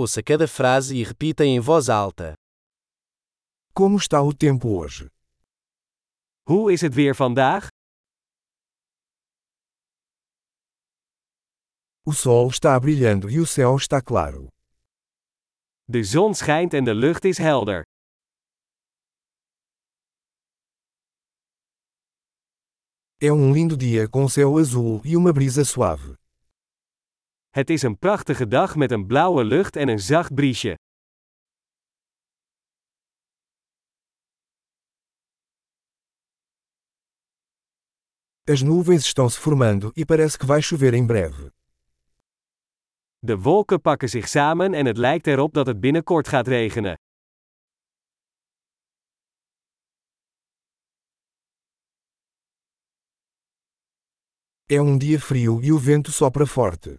Ouça cada frase e repita em voz alta. Como está o tempo hoje? Hoe is het weer vandaag? O sol está brilhando e o céu está claro. De zon schijnt en de lucht is helder. É um lindo dia com céu azul e uma brisa suave. Het is een prachtige dag met een blauwe lucht en een zacht briesje. As nuvens estão se formando e parece que vai chover em breve. De wolken pakken zich samen en het lijkt erop dat het binnenkort gaat regenen. É um dia frio e o vento sopra forte.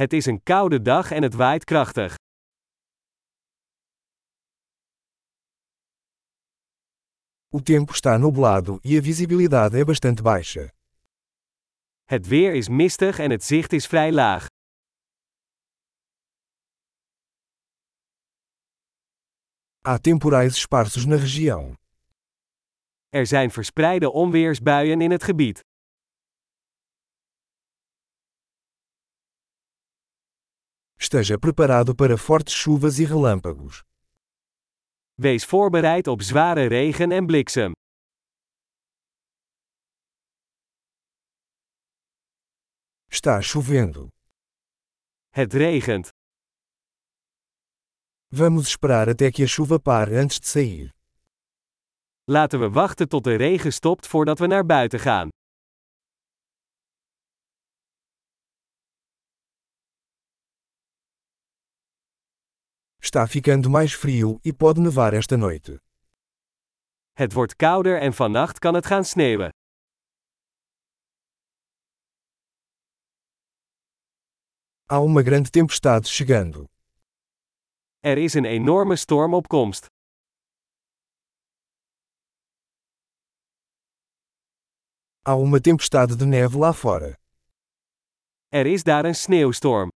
Het is een koude dag en het waait krachtig. O tempo está nublado e a visibilidade é bastante baixa. Het weer is mistig en het zicht is vrij laag. Há temporais esparsos na região. Er zijn verspreide onweersbuien in het gebied. Esteja preparado para fortes chuvas e relâmpagos. Wees voorbereid op zware regen en bliksem. Está chovendo. Het regent. Vamos esperar até que a chuva pare antes de sair. Laten we wachten tot de regen stopt voordat we naar buiten gaan. Está ficando mais frio e pode nevar esta noite. Het wordt kouder en vannacht kan het gaan sneeuwen. Há uma grande tempestade chegando. Er is een enorme storm op komst. Há uma tempestade de neve lá fora. Er is daar een sneeuwstorm.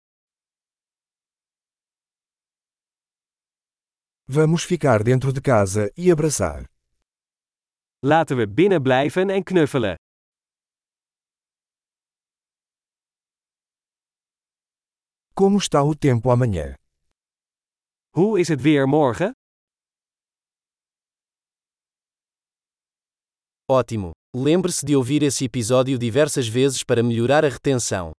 Vamos ficar dentro de casa e abraçar. Laten we binnen blijven en knuffelen. Como está o tempo amanhã? Hoe is het weer morgen? Ótimo! Lembre-se de ouvir esse episódio diversas vezes para melhorar a retenção.